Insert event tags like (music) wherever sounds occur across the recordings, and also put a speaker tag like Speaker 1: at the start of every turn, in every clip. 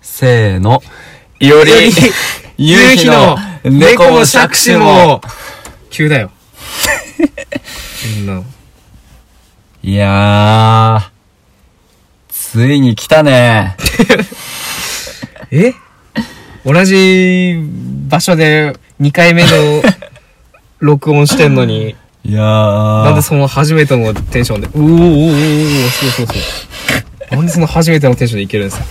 Speaker 1: せーの。いろり
Speaker 2: より、
Speaker 1: 夕
Speaker 2: 夕
Speaker 1: 日
Speaker 2: 日
Speaker 1: の
Speaker 2: の
Speaker 1: 猫
Speaker 2: 猫
Speaker 1: も
Speaker 2: も
Speaker 1: 杓
Speaker 2: 杓
Speaker 1: 子
Speaker 2: 子
Speaker 1: も
Speaker 2: も。急だよ。 (laughs) そんなの。
Speaker 1: いやー、ついに来たね。
Speaker 2: え同じ場所で2回目
Speaker 1: (laughs)
Speaker 2: の録音してんのに、
Speaker 1: いやー。
Speaker 2: なんでその初めてのテンションで、うおーおーおーおー、そうそうそう。なんでその初めてのテンションでいけるんですか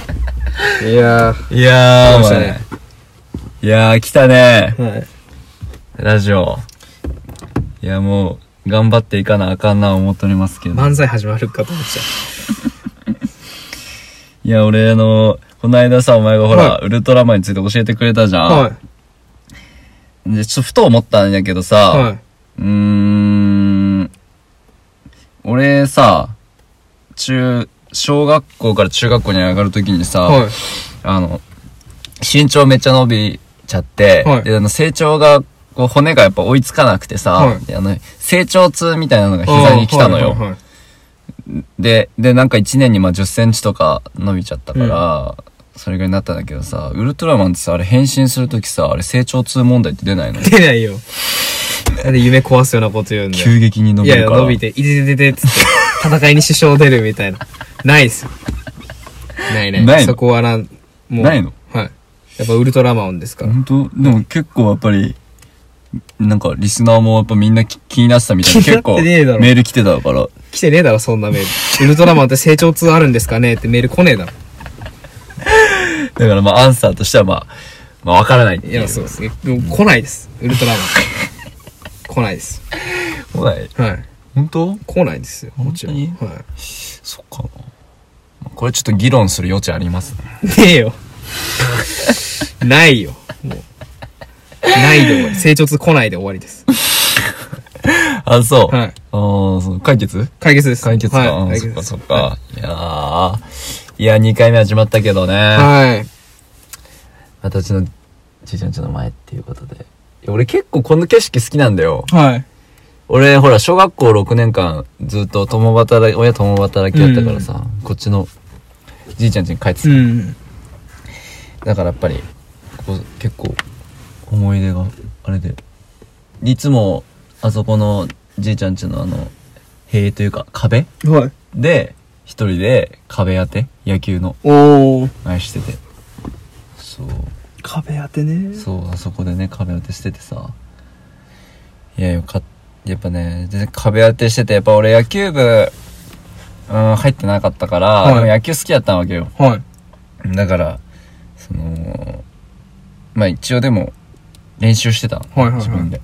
Speaker 2: いやー、
Speaker 1: いやー、
Speaker 2: 来ましたね
Speaker 1: おいいやー、来たね。
Speaker 2: はい。
Speaker 1: ラジオ。いや、もう、頑張っていかなあかんな思っとりますけど。
Speaker 2: 漫才始まるかと思っちゃ
Speaker 1: いや、俺、あの、この間さ、お前がほら、
Speaker 2: は
Speaker 1: ウルトラマンについて教えてくれたじゃん。
Speaker 2: う。はい。
Speaker 1: で、ちょっとふと思ったんやけどさ、
Speaker 2: は
Speaker 1: うーん、俺さ、中、小学校から中学校に上がるときにさ、
Speaker 2: い。はい。
Speaker 1: あの、身長めっちゃ伸びちゃって、
Speaker 2: はい
Speaker 1: で、あの、成長が、こう骨がやっぱ追いつかなくてさ、
Speaker 2: はい
Speaker 1: であの、成長痛みたいなのが膝に来たのよ。
Speaker 2: はいはいはい
Speaker 1: で、で、なんか1年にまあ10センチとか伸びちゃったから、それぐらいになったんだけどさ、ウルトラマンってさ、あれ変身するときさ、あれ成長痛問題って出ないの
Speaker 2: 出ないよ。なんで夢壊すようなこと言うんだよ。
Speaker 1: 急激に伸
Speaker 2: い
Speaker 1: び
Speaker 2: やい
Speaker 1: る
Speaker 2: や、
Speaker 1: から。
Speaker 2: 伸びて、いでででっつって、戦いに支障出るみたいな。 (laughs) ないっす。ないない。
Speaker 1: ないの
Speaker 2: そこはな、もう。
Speaker 1: ないの
Speaker 2: はい。やっぱウルトラマンですから。
Speaker 1: 本当でも結構やっぱり、なんかリスナーもやっぱみんなき気になってたみたいな。
Speaker 2: (laughs) 気に
Speaker 1: 結
Speaker 2: なって
Speaker 1: 構
Speaker 2: ねえだろ
Speaker 1: メール来てたから。
Speaker 2: 来てねえだろ、そんなメール。ウルトラマンって成長痛あるんですかねってメール来ねえだろ。
Speaker 1: だからまあアンサーとしてはまあ、まあわからないって
Speaker 2: い
Speaker 1: いう。
Speaker 2: や、そうですね。でも来ないです。ウルトラマン。来ないです。
Speaker 1: 来ない。
Speaker 2: はい。
Speaker 1: 本当
Speaker 2: 来ないですよ。もちろん。
Speaker 1: 本
Speaker 2: は
Speaker 1: そっかな。まあこれちょっと議論する余地ありますね。
Speaker 2: い。ねえよ。ないよ。もう。ないで終わり。成長痛来ないで終わりです。
Speaker 1: あ、そう。
Speaker 2: は
Speaker 1: あ
Speaker 2: い
Speaker 1: あ、そう。解決
Speaker 2: 解決です。
Speaker 1: 解決か。
Speaker 2: は
Speaker 1: う
Speaker 2: い。
Speaker 1: んそっ
Speaker 2: 解決で
Speaker 1: か
Speaker 2: す
Speaker 1: そっか。い、やー。いや、2回目始まったけどね。
Speaker 2: はい。
Speaker 1: 私のじいちゃんちの前っていうことで。いや俺結構この景色好きなんだよ。
Speaker 2: はい。
Speaker 1: 俺、ほら、小学校6年間、ずっと共働き、親共働きやったからさ、こっちの、じいちゃん家に帰ってた。
Speaker 2: うん。
Speaker 1: だからやっぱり、ここ結構、思い出があれで。いつも、あそこの、じいちゃん家のあの、塀というか、壁
Speaker 2: はい。
Speaker 1: で、一人で壁当て、野球の、
Speaker 2: おー。
Speaker 1: 愛してて。そう、
Speaker 2: 壁当てね
Speaker 1: そう、あそこでね、壁当てしててさ。いや、よかった。やっぱね、で壁当てしてて、やっぱ俺野球部、うん、入ってなかったから、
Speaker 2: はい
Speaker 1: でも野球好きやったわけよ。
Speaker 2: はい。
Speaker 1: だから、その、まあ一応でも、練習してたの。
Speaker 2: はいはいはい
Speaker 1: 自分で。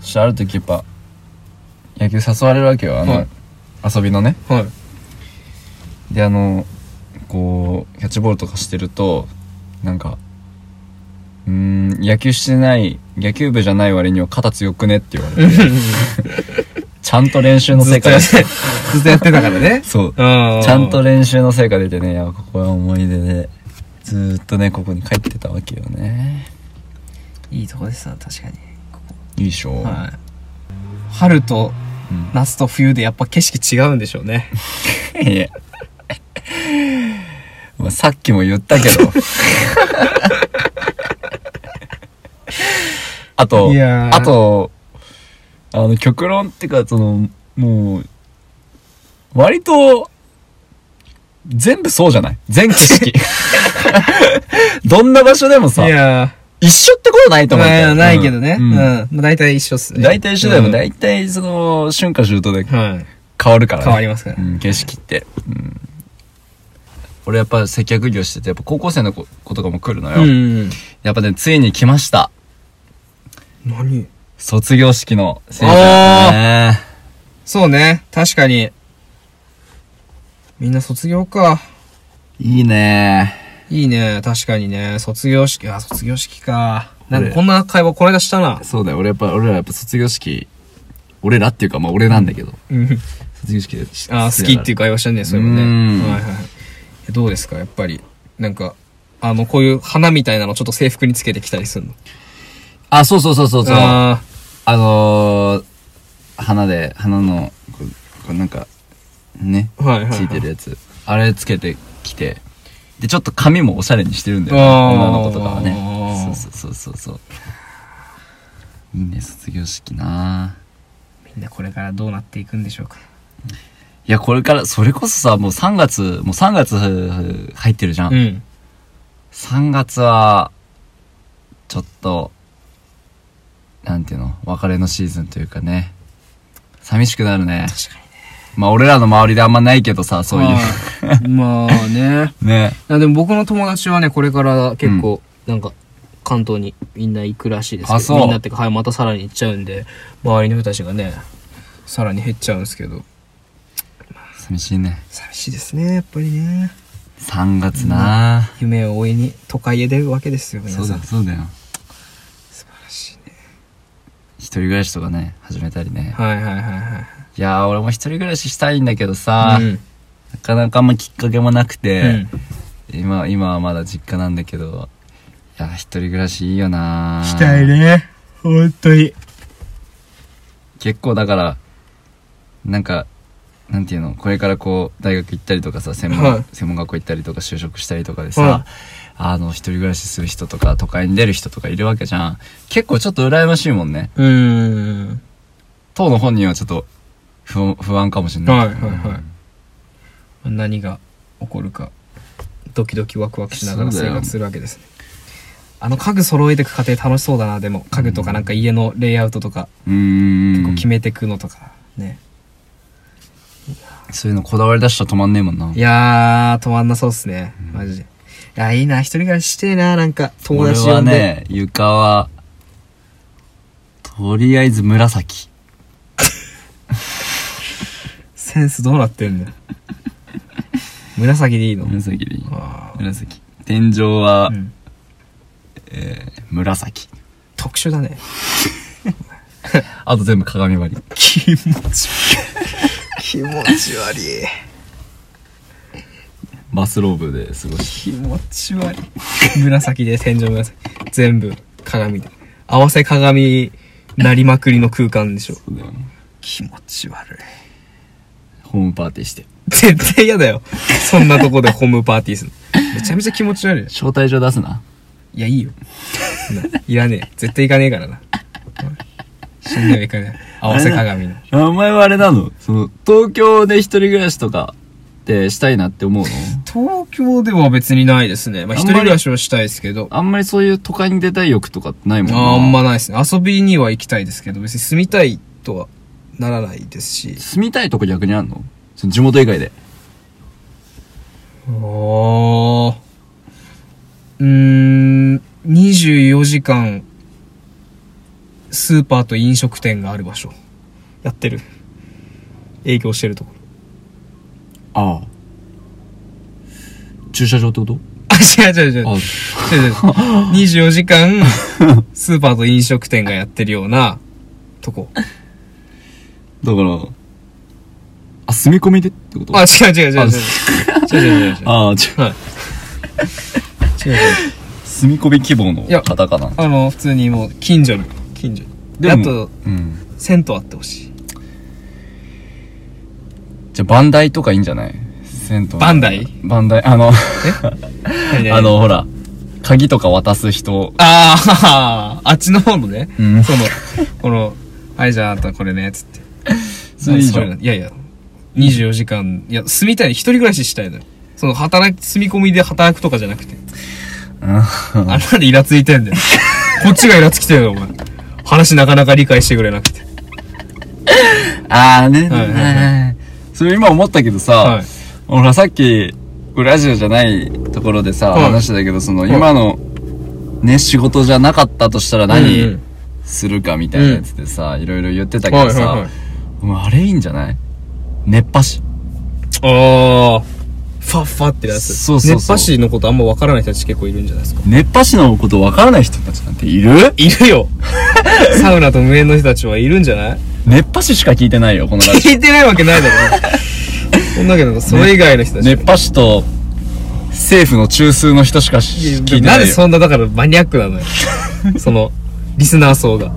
Speaker 1: そしてある時やっぱ、野球誘われるわけよ。あの、
Speaker 2: はい
Speaker 1: 遊びのね。
Speaker 2: はい。
Speaker 1: で、あの、こう、キャッチボールとかしてると、なんか、うーん、野球してない、野球部じゃない割には肩強くねって言われて、
Speaker 2: (laughs)
Speaker 1: ちゃんと練習の
Speaker 2: ず
Speaker 1: 成
Speaker 2: っと
Speaker 1: 果
Speaker 2: や
Speaker 1: 出
Speaker 2: って (laughs) て、ずっとやってたからね。
Speaker 1: そう。
Speaker 2: うん
Speaker 1: ちゃんと。練習の成果出てね、いやここは思い出で、ずーっとね、ここに帰ってたわけよね。
Speaker 2: いいとこでした、確かに。ここ
Speaker 1: いいでしょ、
Speaker 2: はい。春と
Speaker 1: うん
Speaker 2: 夏と冬でやっぱ景色違うんでしょうね。
Speaker 1: いや。まあ、さっきも言ったけ
Speaker 2: (laughs)
Speaker 1: ど。あと
Speaker 2: いや、ー
Speaker 1: あと、あの、極論ってか、その、もう、割と、全部そうじゃない全景
Speaker 2: (laughs)
Speaker 1: 色。どんな場所でも
Speaker 2: い
Speaker 1: さ、
Speaker 2: や
Speaker 1: 一緒ってことないと
Speaker 2: ー、
Speaker 1: 思うんだよ
Speaker 2: まあないけどね。
Speaker 1: う
Speaker 2: うんん。
Speaker 1: うん
Speaker 2: まあ大体一緒っすね。
Speaker 1: 大体一緒だよ。
Speaker 2: うん
Speaker 1: 大体、その、春夏秋冬で
Speaker 2: はい。
Speaker 1: 変わるからね。
Speaker 2: 変わりますから
Speaker 1: う。ん、景色って、うん、俺やっぱ接客業しててやっぱ高校生の子子とかも来るのよ、
Speaker 2: うん。
Speaker 1: やっぱねついに来ました
Speaker 2: 何
Speaker 1: 卒業式の先生ね
Speaker 2: そうね。確かに。みんな卒業か。
Speaker 1: いいね
Speaker 2: いいね。確かにね。卒業式。あ、卒業式か。な
Speaker 1: こ
Speaker 2: んか
Speaker 1: れ
Speaker 2: こんな会話これだしたな。
Speaker 1: そうだよ俺やっぱ俺らやっぱ卒業式俺らっていうかまあ俺なんだけど、
Speaker 2: うん。
Speaker 1: 卒業式でし
Speaker 2: (laughs) あー好きっていう会話したね、それも
Speaker 1: う
Speaker 2: ね。
Speaker 1: ん
Speaker 2: はいはいはいえ。どうですか、やっぱり。なんか、あの、こういう花みたいなのちょっと制服につけてきたりするの。
Speaker 1: あそうそうそうそうそうあ
Speaker 2: あ
Speaker 1: のー、花で花のこうこうなんかね
Speaker 2: あ、はいはい、はい。
Speaker 1: ついてるやつあれつけてきてで、ちょっと髪もおしゃれにしてるんだよ、ね。
Speaker 2: あー
Speaker 1: 女の子とかはね。そうそうそうそうそう。いいね、卒業式な
Speaker 2: みんなこれからどうなっていくんでしょうか。
Speaker 1: いや、これから、それこそさ、もう3月、もう3月入ってるじゃん。
Speaker 2: うん。
Speaker 1: 3月は、ちょっと、なんていうの、別れのシーズンというかね。寂しくなるね。
Speaker 2: 確かに。
Speaker 1: まあ、俺らの周りであんまないけどさ、そういう。
Speaker 2: う。
Speaker 1: (laughs)
Speaker 2: まあね。
Speaker 1: ね。
Speaker 2: いやでも僕の友達はね、これから結構、なんか、関東にみんな行くらしいですけど、
Speaker 1: あそう
Speaker 2: みんなってか、はい、またさらに行っちゃうんで、周りの人たちがね、さらに減っちゃうんですけど。
Speaker 1: 寂しいね。
Speaker 2: 寂しいですね、やっぱりね。
Speaker 1: 3月なあ
Speaker 2: 夢を追いに都会へ出るわけですよ、皆
Speaker 1: そ
Speaker 2: さん。
Speaker 1: うだよ、そうだよ。
Speaker 2: 素晴らしいね。
Speaker 1: 一人暮らしとかね、始めたりね。
Speaker 2: はいはいはいはい
Speaker 1: やー、俺も一人暮らししたいんだけどさ、
Speaker 2: い。うん。
Speaker 1: なかなかあんまきっかけもなくて、
Speaker 2: うん
Speaker 1: 今、今はまだ実家なんだけど、いやー、一人暮らしいいよなあ
Speaker 2: ね。本当に。
Speaker 1: 結構だから、なんか、なんていうの、これからこう、大学行ったりとかさ、専門、
Speaker 2: はい
Speaker 1: 専門学校行ったりとか就職したりとかでさ、
Speaker 2: はい
Speaker 1: あの、一人暮らしする人とか、都会に出る人とかいるわけじゃん。結構ちょっと羨ましいもんね。
Speaker 2: うーん。
Speaker 1: 当の本人はちょっと不、不安かもしれないけど。
Speaker 2: はいはいはい何が起こるかドキドキワクワクしながら
Speaker 1: そうだ
Speaker 2: 生
Speaker 1: よ
Speaker 2: 活するわけですねあの家具揃えてく過程楽しそうだなでも家具とかなんか家のレイアウトとか
Speaker 1: うー
Speaker 2: こうん決めてくのとかね、
Speaker 1: そういうのこだわり出したら止まんねえもんない
Speaker 2: やー止まんなそうっすねマジでいやいいな一人暮らししてえななんか友達
Speaker 1: 俺
Speaker 2: 呼
Speaker 1: は
Speaker 2: んで、
Speaker 1: ね床はとりあえず紫
Speaker 2: センスどうなってんだ (laughs) よ紫でいいの
Speaker 1: 紫でいい
Speaker 2: あー
Speaker 1: 紫天井は、
Speaker 2: うん
Speaker 1: えー紫
Speaker 2: 特殊だね
Speaker 1: あと全部鏡張り
Speaker 2: 気持ち気持ち悪い
Speaker 1: バスローブで過ごし
Speaker 2: 気持ち悪い紫で天井紫全部鏡で合わせ鏡なりまくりの空間でしょ
Speaker 1: そうだよね
Speaker 2: 気持ち悪い
Speaker 1: ホームパーティーして
Speaker 2: 絶対嫌だよそんなとこでホームパーティーするのめちゃめちゃ気持ち悪い
Speaker 1: 招待状出すない
Speaker 2: やいい (laughs) よないらねえ絶対行かねえからな死んでも行かねえ合わせ鏡の
Speaker 1: お前はあれなのその東京で一人暮らしとかってしたいなって思うの
Speaker 2: 東京では別にないですねまあ
Speaker 1: あんま
Speaker 2: 一
Speaker 1: り
Speaker 2: 人暮らしはしたいですけど
Speaker 1: あんまりそういう都会に出たい欲とかってないもん
Speaker 2: あ
Speaker 1: な
Speaker 2: ーあんまないですね遊びには行きたいですけど別に住みたいとはならないですし
Speaker 1: 住みたいとこ逆にあんのその地元以外で
Speaker 2: おーうーん、24時間、スーパーと飲食店がある場所。やってる。営業してるところ。
Speaker 1: ああ駐車場ってこと
Speaker 2: あ、違う違う違う。違う違う違う。24時間、 (laughs) スーパーと飲食店がやってるような、とこ。
Speaker 1: だからあ住み込みでってこと
Speaker 2: あ、違う違う違う違う。違う違う違う違う。
Speaker 1: ああちょ
Speaker 2: はい。違う違う。
Speaker 1: 住み込み希望の
Speaker 2: いや
Speaker 1: 方かな
Speaker 2: あの、普通にもう、近所に。近所に。で、
Speaker 1: で
Speaker 2: あ
Speaker 1: も
Speaker 2: と、
Speaker 1: うん
Speaker 2: 銭湯あってほしい。
Speaker 1: じゃあバンダイとかいいんじゃない銭湯
Speaker 2: バンダイ
Speaker 1: バンダイあのあ
Speaker 2: あ、
Speaker 1: のほら鍵とか渡す人
Speaker 2: ああ、あっちの方のね、
Speaker 1: うん
Speaker 2: その、この、はい、じゃああなたこれね、つって。
Speaker 1: それいいじゃ
Speaker 2: そ
Speaker 1: ん
Speaker 2: ういうのいやいや、24時間、いや、住みたい、一人暮らししたいのよ。その、働き、住み込みで働くとかじゃなくて。
Speaker 1: うん
Speaker 2: あ、なんでイラついて
Speaker 1: (laughs)
Speaker 2: んだよ。こっちがイラつきてるよ、お前。話なかなか理解してくれなくて。
Speaker 1: ああね、
Speaker 2: はいはいは
Speaker 1: それ今思ったけどさ、
Speaker 2: はい
Speaker 1: ほらさっきこれラジオじゃないところでさ、
Speaker 2: はい
Speaker 1: 話してたけどその
Speaker 2: い
Speaker 1: 今の、ね仕事じゃなかったとしたら何、
Speaker 2: うんうん
Speaker 1: するかみたいなやつでさ、いろいろ言ってたけどさ、
Speaker 2: はいはいはい
Speaker 1: もうあれいいんじゃない熱波師
Speaker 2: ああ、ファッファってやつ。
Speaker 1: そうそうそう
Speaker 2: 熱波師のことあんまわからない人たち結構いるんじゃないですか。
Speaker 1: 熱波師のことわからない人たちなんている
Speaker 2: いる (laughs) よ。サウナと無縁の人たちはいるんじゃない
Speaker 1: 熱波師しか聞いてないよこの
Speaker 2: (laughs)
Speaker 1: ラジ
Speaker 2: 聞いてないわけないだろ。そんなわけなんかそれ以外の人
Speaker 1: オ
Speaker 2: たち。
Speaker 1: 熱波師と政府の中枢の人しかし聞い
Speaker 2: い
Speaker 1: て
Speaker 2: や
Speaker 1: な
Speaker 2: ないん
Speaker 1: よ
Speaker 2: でそんなだからマニアックなのよ。その、リスナー層が。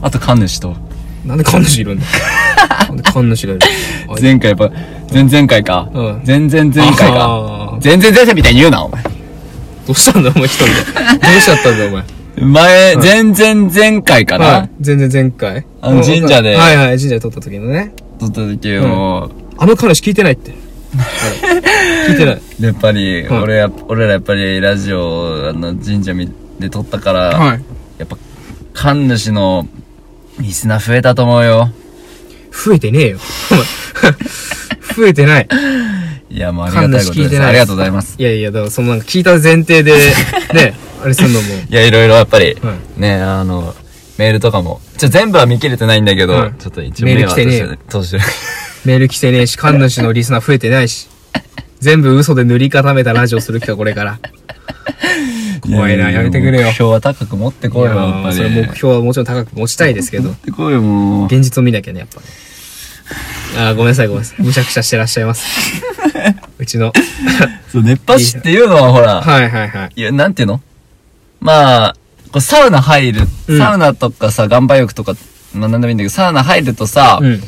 Speaker 1: あと神主と
Speaker 2: なんで彼女いるんだよ神主がいる。あ
Speaker 1: 前回やっぱ、前々回か。
Speaker 2: うん
Speaker 1: 前々前回か
Speaker 2: あ。ー
Speaker 1: 全然前々みたいに言うな、お前。
Speaker 2: どうしたんだよお前一人で。どうしちゃったんだよお前。
Speaker 1: 前、前々前回か
Speaker 2: は。。
Speaker 1: ない
Speaker 2: 全然前回。
Speaker 1: あの神社で
Speaker 2: はいはい、神社で撮った時のね。
Speaker 1: 撮った時も、
Speaker 2: あの彼氏聞いてないって。 (laughs) はい聞いてない。
Speaker 1: やっぱり、
Speaker 2: はい
Speaker 1: 俺や、俺らやっぱりラジオ、あの、神社みで撮ったから、
Speaker 2: い。
Speaker 1: やっぱ、神主のリスナー増えたと思うよ。
Speaker 2: 増えてねえよ。 (laughs) 増えてない。
Speaker 1: いや、もうありがたいこと
Speaker 2: 神主聞い
Speaker 1: で
Speaker 2: て
Speaker 1: す。
Speaker 2: ない
Speaker 1: ありがとうございます。
Speaker 2: いやいや、だからそのなんか聞いた前提 (laughs) で、ね、あれすんのも。
Speaker 1: いや、いろいろやっぱり、
Speaker 2: は
Speaker 1: ね、あの、メールとかも、ちょ、全部は見切れてないんだけど、
Speaker 2: はい
Speaker 1: ちょっと一応目は
Speaker 2: メール来てねえよ
Speaker 1: 通してる。
Speaker 2: メール来てねえし、神主のリスナー増えてないし。全部嘘で塗り固めたラジオする気か、これから。怖いな、やめてくれよ。
Speaker 1: 目標は高く持ってこいよ、
Speaker 2: いや
Speaker 1: やっぱり。
Speaker 2: それ目標はもちろん高く持ちたいですけど
Speaker 1: 持っ、てこいよ、もう。
Speaker 2: 現実を見なきゃね、やっぱね。あーごめんなさい、ごめんなさい。むしゃくしゃしてらっしゃいます。うちの。 (laughs)
Speaker 1: そう、熱波師っていうのはほら、
Speaker 2: はいはいはい。
Speaker 1: いや、なんていうのまあ、こうサウナ入る、
Speaker 2: うん
Speaker 1: サウナとかさ、岩盤浴とか、まあなんでもいいんだけど、サウナ入るとさ、
Speaker 2: うん。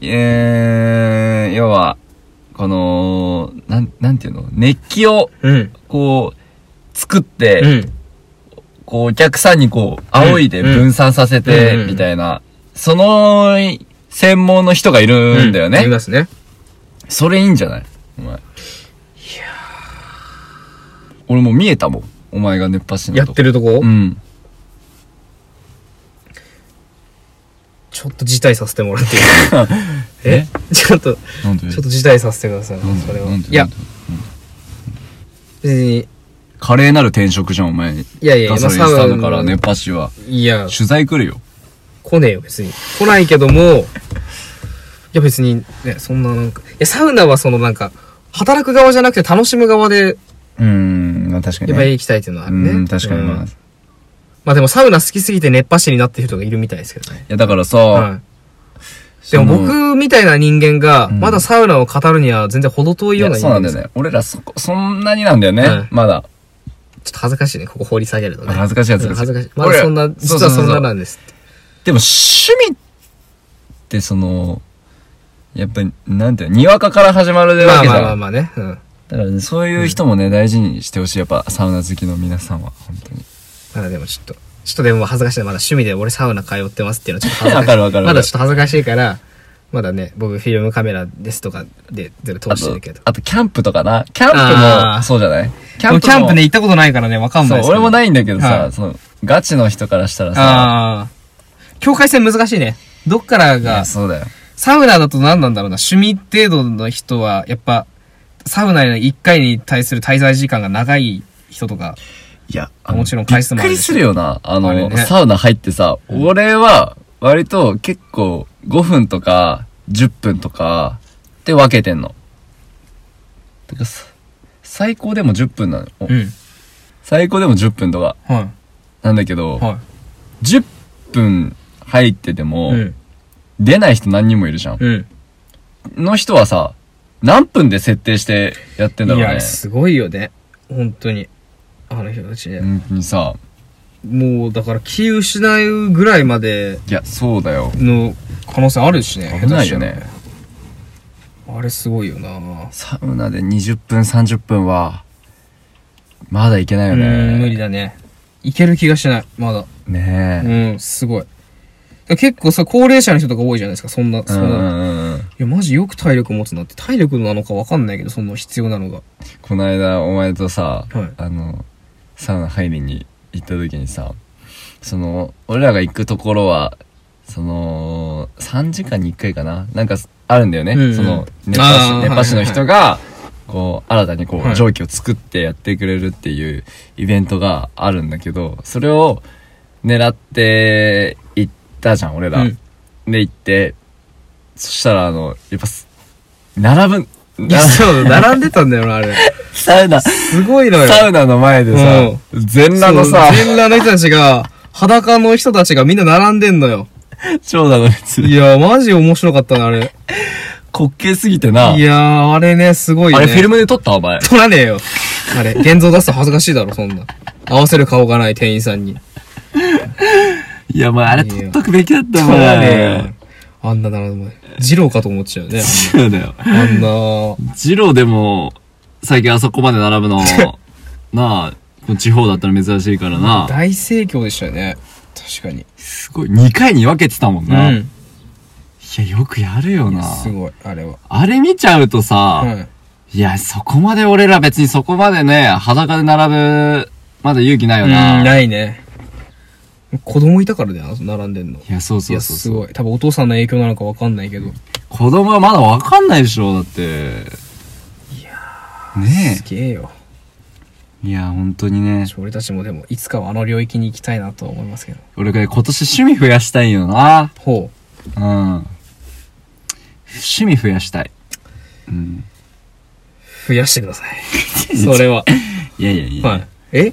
Speaker 1: えー、要は、この、なん、なんていうの熱気を、
Speaker 2: うん。
Speaker 1: こう、作って、
Speaker 2: うん。
Speaker 1: こう、お客さんにこう、仰いで分散させて、
Speaker 2: うんうん
Speaker 1: みたいな、その、専門の人がいるんだよね。
Speaker 2: いますね。
Speaker 1: それいいんじゃないお前。いや俺もう見えたもん。お前が熱波師の
Speaker 2: や
Speaker 1: と
Speaker 2: っ
Speaker 1: こ
Speaker 2: てるとこ、
Speaker 1: うん。
Speaker 2: ちょっと辞退させても
Speaker 1: (laughs)
Speaker 2: らっていいですかえちょっと、ち
Speaker 1: なんで
Speaker 2: ょっと辞退させてください。
Speaker 1: なんで
Speaker 2: それは。
Speaker 1: なんで
Speaker 2: いや
Speaker 1: なん、で
Speaker 2: 別に、
Speaker 1: 華麗なる転職じゃん、お前。い
Speaker 2: いやいや、
Speaker 1: ガソリ
Speaker 2: 今
Speaker 1: ン
Speaker 2: サ
Speaker 1: スタ
Speaker 2: ウ
Speaker 1: ンドから
Speaker 2: ナ、
Speaker 1: 熱波師は。
Speaker 2: いや、
Speaker 1: 取材来るよ。
Speaker 2: 来ねえよ、別に。来ないけども、いや別に、ね、そんななんか、いや、サウナはそのなんか、働く側じゃなくて楽しむ側で、
Speaker 1: うーん、まあ確か
Speaker 2: やっぱり行きたいっていうのはあるね。
Speaker 1: うん、確かにまあ。
Speaker 2: うん
Speaker 1: い
Speaker 2: まあでもサウナ好きすぎて熱波師になってる人がいるみたいですけどね。
Speaker 1: や、だからさ、
Speaker 2: はい。で
Speaker 1: その
Speaker 2: も僕みたいな人間が、
Speaker 1: うん
Speaker 2: まだサウナを語るには全然程遠い
Speaker 1: い
Speaker 2: ような
Speaker 1: や、そ
Speaker 2: 人
Speaker 1: うな
Speaker 2: 間
Speaker 1: ん
Speaker 2: で
Speaker 1: だ
Speaker 2: す
Speaker 1: よ
Speaker 2: よ。
Speaker 1: ね。俺らそこ、そんなになんだよね。
Speaker 2: うん
Speaker 1: まだ。
Speaker 2: ちょっと恥ずかしいね、ここ掘り下げるのね。
Speaker 1: 恥ずかしいやつ
Speaker 2: うん
Speaker 1: です
Speaker 2: 恥ずかしい。まだそんな、
Speaker 1: 俺らそうそ
Speaker 2: 実
Speaker 1: う
Speaker 2: は
Speaker 1: そう
Speaker 2: そんななんですって。
Speaker 1: でも、趣味ってその、やっぱり、なんていうの、にわかから始まる
Speaker 2: ま
Speaker 1: わ
Speaker 2: あ
Speaker 1: けじ
Speaker 2: ま
Speaker 1: ゃ
Speaker 2: あまあ
Speaker 1: ん。
Speaker 2: まあね。うん。
Speaker 1: だからね、そういう人もね、大事にしてほしい。やっぱ、サウナ好きの皆さんは、本当に。
Speaker 2: まだでもちょっと、ちょっとでも恥ずかしい。まだ趣味で俺サウナ通ってますっていうのはちょっと恥ずかしい。
Speaker 1: わかるわかるわかる
Speaker 2: まだちょっと恥ずかしいから、まだね、僕フィルムカメラですとかで全部通
Speaker 1: あ
Speaker 2: して
Speaker 1: と
Speaker 2: るけど、。
Speaker 1: あと、キャンプとかな。キャンプ
Speaker 2: あ
Speaker 1: も、
Speaker 2: ー
Speaker 1: そうじゃないキ
Speaker 2: キャンプね、行ったことないからね、わかんない
Speaker 1: そう、俺もないいんだけど
Speaker 2: は
Speaker 1: さ、
Speaker 2: い
Speaker 1: その、ガチの人からしたらさ、
Speaker 2: ああ。境界線難しいね。どっから
Speaker 1: いや
Speaker 2: が、
Speaker 1: そうだよ。
Speaker 2: サウナだと何なんだろうな。趣味程度の人は、やっぱ、サウナの1回に対する滞在時間が長い人とか。
Speaker 1: いや、
Speaker 2: もちろん回数もある
Speaker 1: びっく
Speaker 2: で
Speaker 1: り
Speaker 2: し
Speaker 1: す
Speaker 2: ょ
Speaker 1: るよな。あ
Speaker 2: あれ
Speaker 1: の、
Speaker 2: ね
Speaker 1: サウナ入ってさ、俺は、割と結構、5分とか、10分とか、って分けてんの。てかさ、最高でも10分なの。お
Speaker 2: うん。
Speaker 1: 最高でも10分とか、
Speaker 2: は
Speaker 1: なんだけ
Speaker 2: い。
Speaker 1: ど、
Speaker 2: は
Speaker 1: 10分入ってても、
Speaker 2: い。うん。
Speaker 1: 出ない人何人もいるじゃん。
Speaker 2: うん。
Speaker 1: の人はさ、何分で設定してやってんだろう
Speaker 2: い
Speaker 1: ね。
Speaker 2: や、すごいよね。本当に。あの人たちね。
Speaker 1: 本当にさ、
Speaker 2: もう、だから気失うぐらいまで
Speaker 1: いや、そうだよ。
Speaker 2: の可能性あるしね。
Speaker 1: 危ないよね
Speaker 2: 下手したら。あれすごいよな。
Speaker 1: サウナで20分、30分は、まだいけないよ
Speaker 2: うーん、無
Speaker 1: ね。
Speaker 2: 理だね。いける気がしない、まだ。
Speaker 1: ねえ。
Speaker 2: うん、すごい。だから結構さ、高齢者の人とか多いじゃないですか、そんな、そ
Speaker 1: うん
Speaker 2: な。
Speaker 1: んうんうん。
Speaker 2: いや、マジよく体力持つなって、体力なのかわかんないけど、その必要なのが。
Speaker 1: この間、お前とさ、
Speaker 2: はい
Speaker 1: あの、サウナ入りに行った時にさ、その、俺らが行くところは、その、3時間に1回かななんか、あるんだよね。
Speaker 2: うんうん
Speaker 1: その、熱波
Speaker 2: あー
Speaker 1: 師、熱波師の人が、こう、新たにこ
Speaker 2: は
Speaker 1: う、
Speaker 2: い
Speaker 1: 蒸気を作ってやってくれるっていうイベントがあるんだけど、それを狙って行ったじゃん、俺ら。
Speaker 2: (laughs) うん
Speaker 1: で行って、そしたらあの、やっぱす、並ぶ、
Speaker 2: いや、そう、並んでたんだよな、あれ。
Speaker 1: サウナ、
Speaker 2: すごいのよ。
Speaker 1: サウナの前でさ、全裸のさ、
Speaker 2: そう全裸の人たちが、裸の人たちがみんな並んでんのよ。
Speaker 1: 長蛇の列
Speaker 2: い、や、マジ面白かったな、あれ。
Speaker 1: 滑稽すぎてな。
Speaker 2: いやー、あれね、すごいね。
Speaker 1: あれフィルムで撮ったお前。
Speaker 2: 撮らねえよ。あれ、現像出すと恥ずかしいだろ、そんな。合わせる顔がない店員さんに。
Speaker 1: いや、まああれ
Speaker 2: いいよ
Speaker 1: くべきだった
Speaker 2: 撮らねえよ。あんな並ぶ前。二郎かと思っちゃうね。
Speaker 1: そうだよ。
Speaker 2: あんな、
Speaker 1: ジローでも、最近あそこまで並ぶ (laughs) の、なあ、この地方だったら珍しいからな。
Speaker 2: 大盛況でしたよね。確かに。
Speaker 1: すごい。2回に分けてたもん
Speaker 2: う
Speaker 1: な。い
Speaker 2: ん。
Speaker 1: や、よくやるよな。
Speaker 2: すごい、あれは。
Speaker 1: あれ見ちゃうと
Speaker 2: う
Speaker 1: さ、
Speaker 2: ん。
Speaker 1: いや、そこまで俺ら別にそこまでね、裸で並ぶ、まだ勇気ないよ
Speaker 2: うん
Speaker 1: な。い
Speaker 2: ないね。子供いたからだよ、並んでんの。
Speaker 1: や、そう
Speaker 2: い
Speaker 1: そう
Speaker 2: や、
Speaker 1: そう
Speaker 2: す
Speaker 1: そう。
Speaker 2: ごい。多分お父さんの影響なのかわかんないけど。
Speaker 1: 子供はまだ分かんないでしょ、だって。ね
Speaker 2: すげえよ。
Speaker 1: え。いや、本当にね。
Speaker 2: 俺たちもでも、いつかはあの領域に行きたいなとは思いますけど。
Speaker 1: 俺が今年趣味増やしたいよな。
Speaker 2: ほ
Speaker 1: うん。趣味増やしたい。うん。
Speaker 2: う。増やしてくださ
Speaker 1: (laughs)
Speaker 2: い。それは。
Speaker 1: いやいやいや、
Speaker 2: はい。え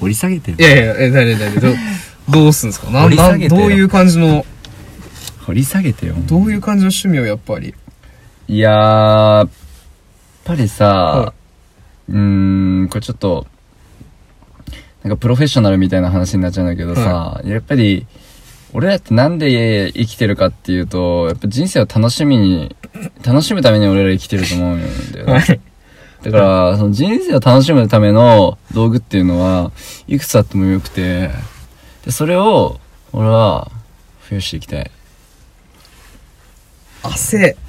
Speaker 1: 掘り下げて
Speaker 2: い
Speaker 1: る。
Speaker 2: やいや、え、なになに、
Speaker 1: (laughs)
Speaker 2: どう、どうすんですかな
Speaker 1: 掘り
Speaker 2: な
Speaker 1: 下
Speaker 2: ん
Speaker 1: げ
Speaker 2: ど
Speaker 1: て
Speaker 2: う
Speaker 1: よ
Speaker 2: いう感じの、
Speaker 1: 掘り下げてよ。
Speaker 2: どういう感じの趣味をやっぱり。
Speaker 1: いやー、やっぱりさ、
Speaker 2: は
Speaker 1: うーん、これちょっと、なんかプロフェッショナルみたいな話になっちゃうんだけどさ、やっぱり、俺らってなんで生きてるかっていうと、やっぱ人生を楽しみに、楽しむために俺ら生きてると思うんだよね。
Speaker 2: はい。
Speaker 1: だから、その人生を楽しむための道具っていうのは、いくつあってもよくて、で、それを、俺は、増やしていきたい。
Speaker 2: 汗。 (laughs)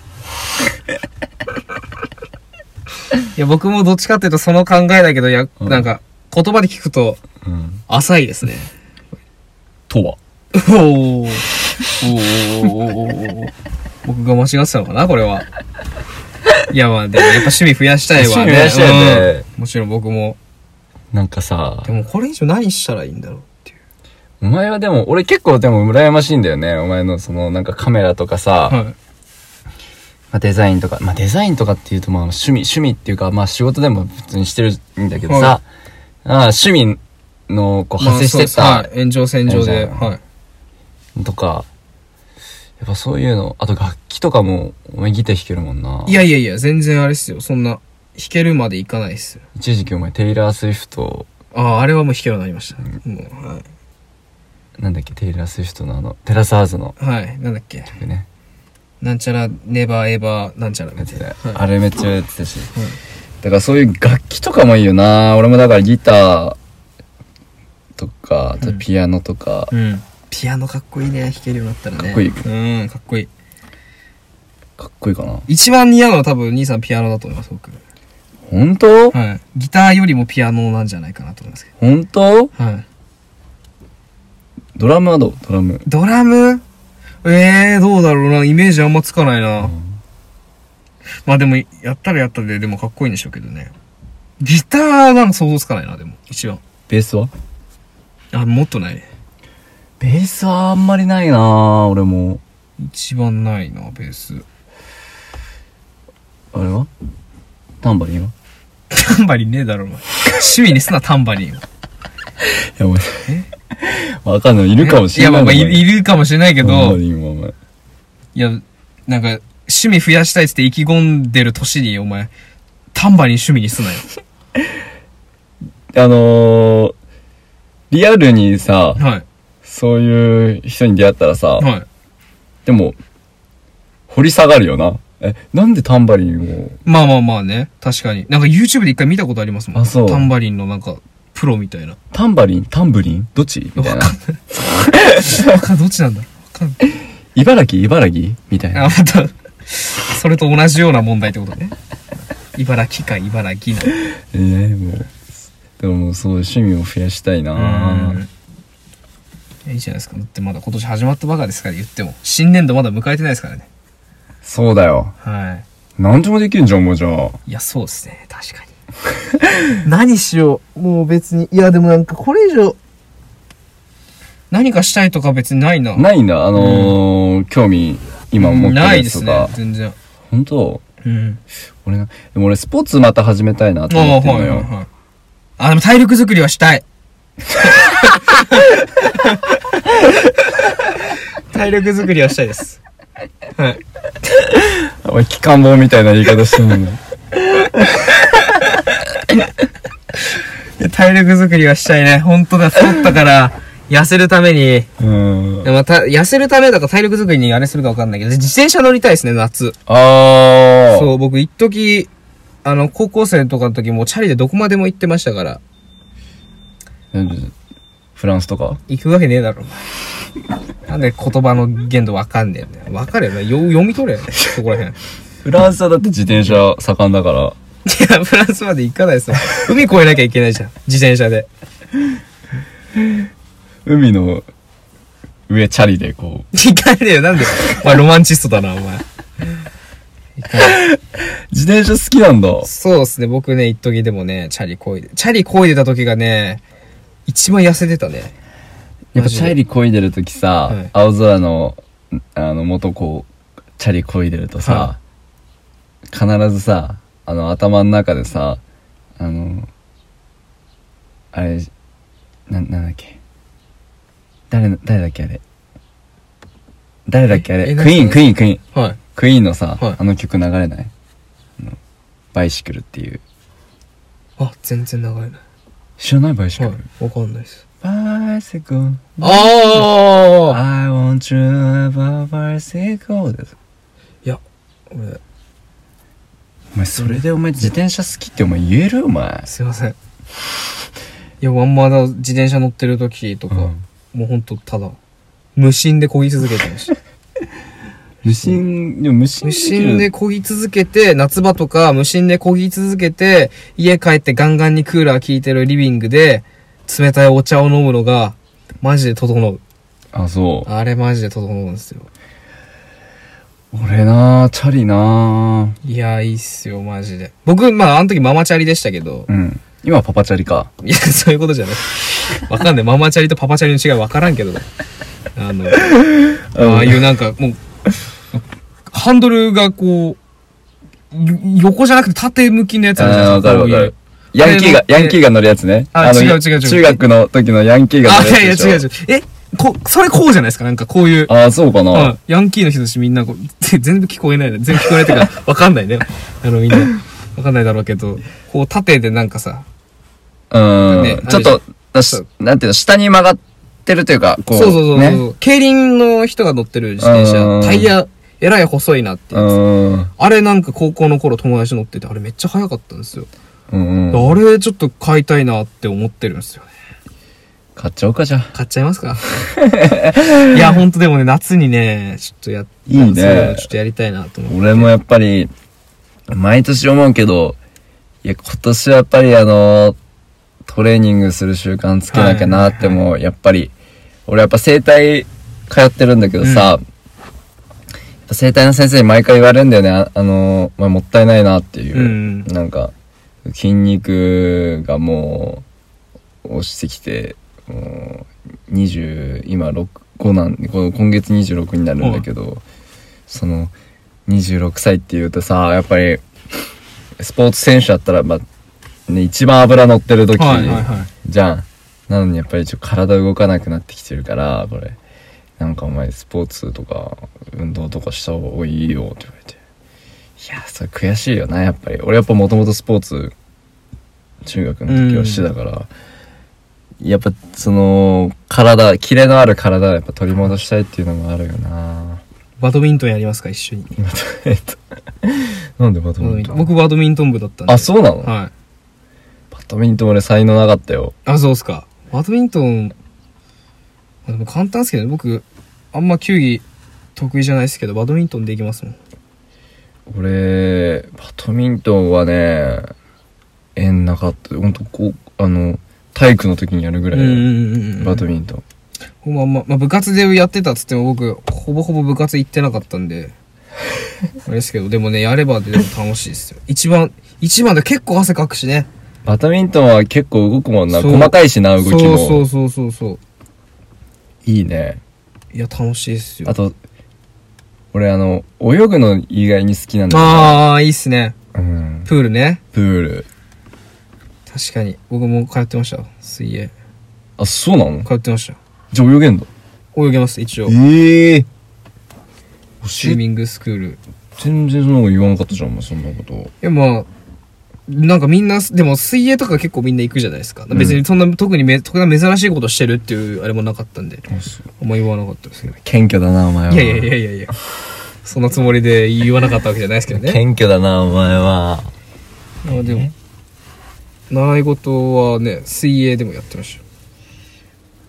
Speaker 2: いや、僕もどっちかっていうとその考えだけど、いや、
Speaker 1: うん
Speaker 2: なんか、言葉で聞くと、
Speaker 1: うん。
Speaker 2: 浅いですね。
Speaker 1: とは
Speaker 2: おお。おお。僕が間違ってたのかなこれは。いや、まあ、でもやっぱ趣味増やしたいわ
Speaker 1: (laughs) 趣
Speaker 2: ね。
Speaker 1: 味増やしたいよね
Speaker 2: うんもちろん僕も。
Speaker 1: なんかさ
Speaker 2: で、もこれ以上何したらいいんだろうっていう。
Speaker 1: お前はでも、俺結構でも羨ましいんだよね。お前のその、なんかカメラとかさ、ま
Speaker 2: はい。
Speaker 1: あデザインとか、まあデザインとかっていうとまあ趣味、趣味っていうか、まあ仕事でも普通にしてるんだけど
Speaker 2: は
Speaker 1: さ、ああ趣味のこう
Speaker 2: まあ
Speaker 1: 派生してった、
Speaker 2: そうですはい。炎上線上で。
Speaker 1: 炎上
Speaker 2: はい。
Speaker 1: とか、やっぱそういうの、あと楽器とかも、お前ギター弾けるもんな。
Speaker 2: いやいやいや、全然あれっすよ。そんな、弾けるまでいかないっすよ。
Speaker 1: 一時期お前テイラー・スウィフト、
Speaker 2: ああ、あれはもう弾けるようになりました。もう、はい。
Speaker 1: なんだっけ、テイラー・スウィフトのあの、テラサーズの
Speaker 2: はい。なんだっけ。
Speaker 1: 曲ね、
Speaker 2: なんちゃら、ネバーエバー、なんちゃら
Speaker 1: や
Speaker 2: み
Speaker 1: つ
Speaker 2: たい
Speaker 1: で、
Speaker 2: な。
Speaker 1: あれめっちゃやってたし、
Speaker 2: うん
Speaker 1: だからそういう楽器とかもいいよな俺もだからギターとか、あとピアノとか、
Speaker 2: うん。ピアノかっこいいね。弾けるようになったらね。
Speaker 1: かっこいい
Speaker 2: うん、かっこいい。
Speaker 1: かっこいいかな。
Speaker 2: 一番似合うのは多分兄さんピアノだと思います、僕。
Speaker 1: 本当
Speaker 2: はい。ギターよりもピアノなんじゃないかなと思いますけ
Speaker 1: 本当
Speaker 2: ど。はい。
Speaker 1: ドラムはどうドラム。
Speaker 2: ドラムええー、どうだろうな。イメージあんまつかないな。まあでも、やったらやったで、でもかっこいいんでしょうけどね。ギターなんか想像つかないな、でも。一番。
Speaker 1: ベースは
Speaker 2: あ、もっとないね。
Speaker 1: ベースはあんまりないな俺も。
Speaker 2: 一番ないな、ベース。
Speaker 1: あれはタンバリンは
Speaker 2: タンバリンねえだろ、お前。趣味にすな、タンバリンは。
Speaker 1: いや、お前。わかんない。いるかもし
Speaker 2: い
Speaker 1: れ
Speaker 2: や、
Speaker 1: な
Speaker 2: ま
Speaker 1: い。
Speaker 2: あまあ、いいるかもしれないけ
Speaker 1: けタンバ
Speaker 2: ど、
Speaker 1: リンはお前。
Speaker 2: いや、なんか、趣味増やしたいっつって意気込んでる年に、お前、タンバリン趣味に
Speaker 1: (laughs)
Speaker 2: すなよ。
Speaker 1: あのー、リアルにさ、
Speaker 2: はい。
Speaker 1: そういう人に出会ったらさ、
Speaker 2: はい。
Speaker 1: でも、掘り下がるよな。え、なんでタンバリンを、
Speaker 2: まあまあまあね。確かに。なんか YouTube で一回見たことありますもん。
Speaker 1: あそう
Speaker 2: タンバリンのなんか、プロみたいな。 (laughs)
Speaker 1: タンバリンタンブリンどっちみたいな。
Speaker 2: わかんどっちなんだろうわかんない。
Speaker 1: 茨城茨城みたい
Speaker 2: あ、
Speaker 1: な。
Speaker 2: また、それと同じような問題ってことね。茨城か茨城な。
Speaker 1: えー、もう。でももうそう、趣味を増やしたいな
Speaker 2: うん。いいじゃないですか。だってまだ今年始まったばかですから言っても。新年度まだ迎えてないですからね。
Speaker 1: そうだよ。
Speaker 2: は
Speaker 1: 何でもできんじゃん、もうじゃあ。
Speaker 2: い。いや、そうですね。確かに。 (laughs) 何しよう。もう別に。いや、でもなんかこれ以上。何かしたいとか別にないな。
Speaker 1: ないんだ、あのー興味、今持ってる
Speaker 2: ない
Speaker 1: や
Speaker 2: で
Speaker 1: つ
Speaker 2: す
Speaker 1: と
Speaker 2: ね
Speaker 1: か。。
Speaker 2: 全然。
Speaker 1: 本当
Speaker 2: うん。
Speaker 1: 俺な、でも俺スポーツまた始めたいなと
Speaker 2: あ
Speaker 1: 思
Speaker 2: あ、
Speaker 1: ってん
Speaker 2: は
Speaker 1: の
Speaker 2: い
Speaker 1: よ。
Speaker 2: はいはい。あ、でも体力作りはし
Speaker 1: (laughs)
Speaker 2: たい。体力作りはしたいです。はい。
Speaker 1: お前、機関棒みたいな言い方してんのに。
Speaker 2: (laughs) 体力作りはしたいね。本当だ、太ったから、痩せるために、
Speaker 1: うん。うん
Speaker 2: でまた、痩せるためだか体力作りにあれするかわかんないけど、自転車乗りたいですね、夏。
Speaker 1: ああ。
Speaker 2: そう、僕、一時あの、高校生とかの時もうチャリでどこまでも行ってましたから、
Speaker 1: うん。フランスとか
Speaker 2: 行くわけねえ (laughs) だろ。なんで言葉の限度わかんねえんだよ。わかるよな。よ、読み取れ。そこらへん。 (laughs) い
Speaker 1: フランスはだって自転車盛んだから。
Speaker 2: や、フランスまで行かないですよ。海越えなきゃいけないじゃん。自転車で。
Speaker 1: 海の上チャリでこう。
Speaker 2: 行かねえよ。なんで。お前、ロマンチストだな、お前。
Speaker 1: 自転車好きなんだ。
Speaker 2: そうですね。僕ね、一時でもね、チャリこいで、チャリこいでた時がね、一番痩せてたね。
Speaker 1: やっぱチャリ漕いでるときさ、
Speaker 2: はい
Speaker 1: 青空の、あの、元こう、チャリ漕いでるとさ、
Speaker 2: は
Speaker 1: 必ずさ、あの、頭の中でさ、あの、あれ、な、なんだっけ。誰の、誰だっけあれ。誰だっけあ
Speaker 2: ええ
Speaker 1: れ。
Speaker 2: 何
Speaker 1: クイーン、クイーン、クイーン。
Speaker 2: はい。
Speaker 1: クイーンのさ、
Speaker 2: はい
Speaker 1: あの曲流れないあのバイシクルっていう。
Speaker 2: あ、全然長いな。
Speaker 1: 知らないバイシクル、
Speaker 2: はい。わかんないです。
Speaker 1: バイシクル。
Speaker 2: ああ
Speaker 1: I want to have a bicycle です。
Speaker 2: いや、俺、
Speaker 1: お前、それでお前自転車好きってお前言えるお前。
Speaker 2: すいません。いや、ワンマだ自転車乗ってる時とか、
Speaker 1: うん
Speaker 2: もうほんとただ、無心で漕ぎ続けて
Speaker 1: (laughs)
Speaker 2: ました。
Speaker 1: 無心、でも無心
Speaker 2: 無
Speaker 1: できる
Speaker 2: 心で漕ぎ続けて、夏場とか無心で漕ぎ続けて、家帰ってガンガンにクーラー効いてるリビングで、冷たいお茶を飲むのが、マジで整う。
Speaker 1: あ、そ
Speaker 2: あれマジで整うんですよ。
Speaker 1: う。俺なぁ、チャリない
Speaker 2: やー、いいっすよ、マジで。僕、まあ、あの時ママチャリでしたけど
Speaker 1: ぁ。、うん。今はパパチャリか。
Speaker 2: いや、そういうことじゃない。わかんない。ママチャリとパパチャリの違いわからんけど。
Speaker 1: (laughs)
Speaker 2: あの、ああいうなんか、もう、ハンドルがこう、よ横じゃなくて縦向きのやつ
Speaker 1: あ
Speaker 2: あるじゃ
Speaker 1: ー
Speaker 2: ない
Speaker 1: わ
Speaker 2: ですか
Speaker 1: かるわかる。。ヤンキーが、
Speaker 2: あれ
Speaker 1: ヤンキーが乗るやつね。
Speaker 2: あ
Speaker 1: の
Speaker 2: 違う違う違う
Speaker 1: 中学の時のヤンキーが
Speaker 2: あ、
Speaker 1: 乗
Speaker 2: い
Speaker 1: るや
Speaker 2: やいや、
Speaker 1: つでしょ。
Speaker 2: 違う違う。え、こ、それこうじゃないですかなんかこういう。
Speaker 1: あー、そうかな、
Speaker 2: うんヤンキーの人たちみんなこう、 (laughs) ぜ全部聞こえないね。全部聞こえないっていう
Speaker 1: (laughs)
Speaker 2: か、わかんないね。あのみんな。わかんないだろうけど、こう縦でなんかさ、
Speaker 1: うん、
Speaker 2: ね
Speaker 1: ちょっ
Speaker 2: ある
Speaker 1: と、だ
Speaker 2: そ
Speaker 1: し
Speaker 2: う、
Speaker 1: なんていうの、下に曲がってるというか、こ
Speaker 2: そう
Speaker 1: う。
Speaker 2: そうそうそう、
Speaker 1: ね。
Speaker 2: 競輪の人が乗ってる自転
Speaker 1: う
Speaker 2: 車、
Speaker 1: ん
Speaker 2: タイヤ、えらい細いなってやつ
Speaker 1: うん。
Speaker 2: あれなんか高校の頃友達乗ってて、あれめっちゃ速かったんですよ。
Speaker 1: うんうん。
Speaker 2: あれちょっと買いたいなって思ってるんですよね。
Speaker 1: 買っちゃおうか、じゃあ。
Speaker 2: 買っちゃいますか (laughs) いや、ほんとでもね、夏にね、ちょっとやっ、
Speaker 1: いいね
Speaker 2: そういうのちょっとやりたいなと思って。
Speaker 1: 俺もやっぱり、毎年思うけど、いや、今年はやっぱりあの、トレーニングする習慣つけなきゃなってもう、やっぱり、俺やっぱ整体通ってるんだけどさ、整体の先生に毎回言われるんだよね、ああの、まあ、もったいないなっていう。
Speaker 2: うん
Speaker 1: なんか、筋肉がもう、落ちてきて、もう、20、今6、5なん、この今月26になるんだけど、その、26歳っていうとさ、やっぱり、スポーツ選手だったら、まあ、ね、一番脂乗ってる時、
Speaker 2: はいはいはい。
Speaker 1: じゃん。なのにやっぱりちょっと体動かなくなってきてるから、これ。なんかお前スポーツとか運動とかした方がいいよって言われて。いや、それ悔しいよな、やっぱり。俺やっぱもともとスポーツ、中学の時はしてたから、やっぱその、体、キレのある体をやっぱ取り戻したいっていうのもあるよな。 (laughs)
Speaker 2: バドミントンやりますか、一緒に。
Speaker 1: 今と、えっと、なんでバド
Speaker 2: バドミ
Speaker 1: ミン
Speaker 2: ン
Speaker 1: ト
Speaker 2: ト
Speaker 1: ン
Speaker 2: ン僕バドミントン部だったんで。
Speaker 1: あ、そうなの、
Speaker 2: はい。
Speaker 1: バドミントン俺才能なかったよ。
Speaker 2: あ、そうっすか。バドミントン、まあでも簡単っすけどね、僕、あんま球技得意じゃないですけど、バドミントンできますもん。
Speaker 1: 俺バドミントンはね縁なかった本当こうあの体育の時にやるぐら
Speaker 2: う
Speaker 1: い
Speaker 2: ん
Speaker 1: だ
Speaker 2: う
Speaker 1: よ、
Speaker 2: んうんうん。
Speaker 1: バドミントン
Speaker 2: ほんまあんま、まあ、部活でやってたっつっても僕、ほぼほぼ部活行ってなかった
Speaker 1: (laughs)
Speaker 2: んで、あれですけど、でもね、やればでも楽しいですよ。一番、一番で結構汗かくしね。
Speaker 1: バドミントンは結構動くもんな
Speaker 2: そう
Speaker 1: 細かいしな動きも
Speaker 2: そうそうそうそうそう。
Speaker 1: いいね
Speaker 2: いや、楽しいですよ。
Speaker 1: あと俺あの泳ぐの意外に好きなんだ
Speaker 2: あー、いいっすね。
Speaker 1: けど、うん、
Speaker 2: プールね。
Speaker 1: プール
Speaker 2: 確かに。僕も通ってました。水泳。
Speaker 1: あそうなの
Speaker 2: 通ってました。
Speaker 1: じゃあ泳げんだ
Speaker 2: 泳げます、一応。
Speaker 1: ええ
Speaker 2: スイ
Speaker 1: ー、教え
Speaker 2: ミングスクール。い
Speaker 1: 全然そんなこと言わなかったじゃんお前そんなこと
Speaker 2: や、まあ、なんかみんな、でも水泳とか結構みんな行くじゃないですか。別にそんな、特にめ、特段珍しいことしてるっていうあれもなかったんで、あんま言わなかったですけど。
Speaker 1: 謙虚だなお前はい
Speaker 2: やいやいやいやいや、そんなつもりで言わなかったわけじゃないですけどね。
Speaker 1: 謙虚だなお前は
Speaker 2: あでも、習い事はね、水泳でもやってまし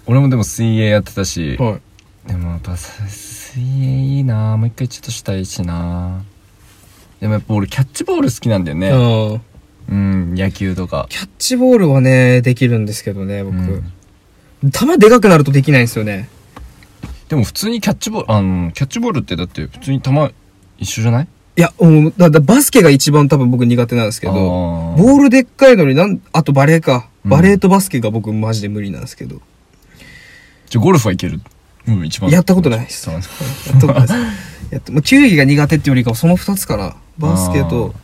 Speaker 1: 俺もでも水泳やってたした
Speaker 2: よ。はい。
Speaker 1: でもやっぱさ水泳いいなもう一回ちょっとしたいしなでもやっぱ俺キャッチボール好きなんだよね
Speaker 2: ああ
Speaker 1: うん野球とか
Speaker 2: キャッチボールはね、できるんですけどね、僕。
Speaker 1: うん
Speaker 2: 球でかくなるとできないんですよね。
Speaker 1: でも普通にキャッチボールあのキャッチボールってだって普通に球一緒じゃない
Speaker 2: いや、もうだだバスケが一番多分僕苦手なんですけ
Speaker 1: あ
Speaker 2: ど、
Speaker 1: ー
Speaker 2: ボールでっかいのになん、あとバレーか。
Speaker 1: うん
Speaker 2: バレーとバスケが僕マジで無理なんですけど。
Speaker 1: じゃあゴルフはいけるうん一番
Speaker 2: やったことないです
Speaker 1: そう
Speaker 2: やっとくないです (laughs) やっと、もう球技が苦手っていうよりかはその二つかな。バスケと。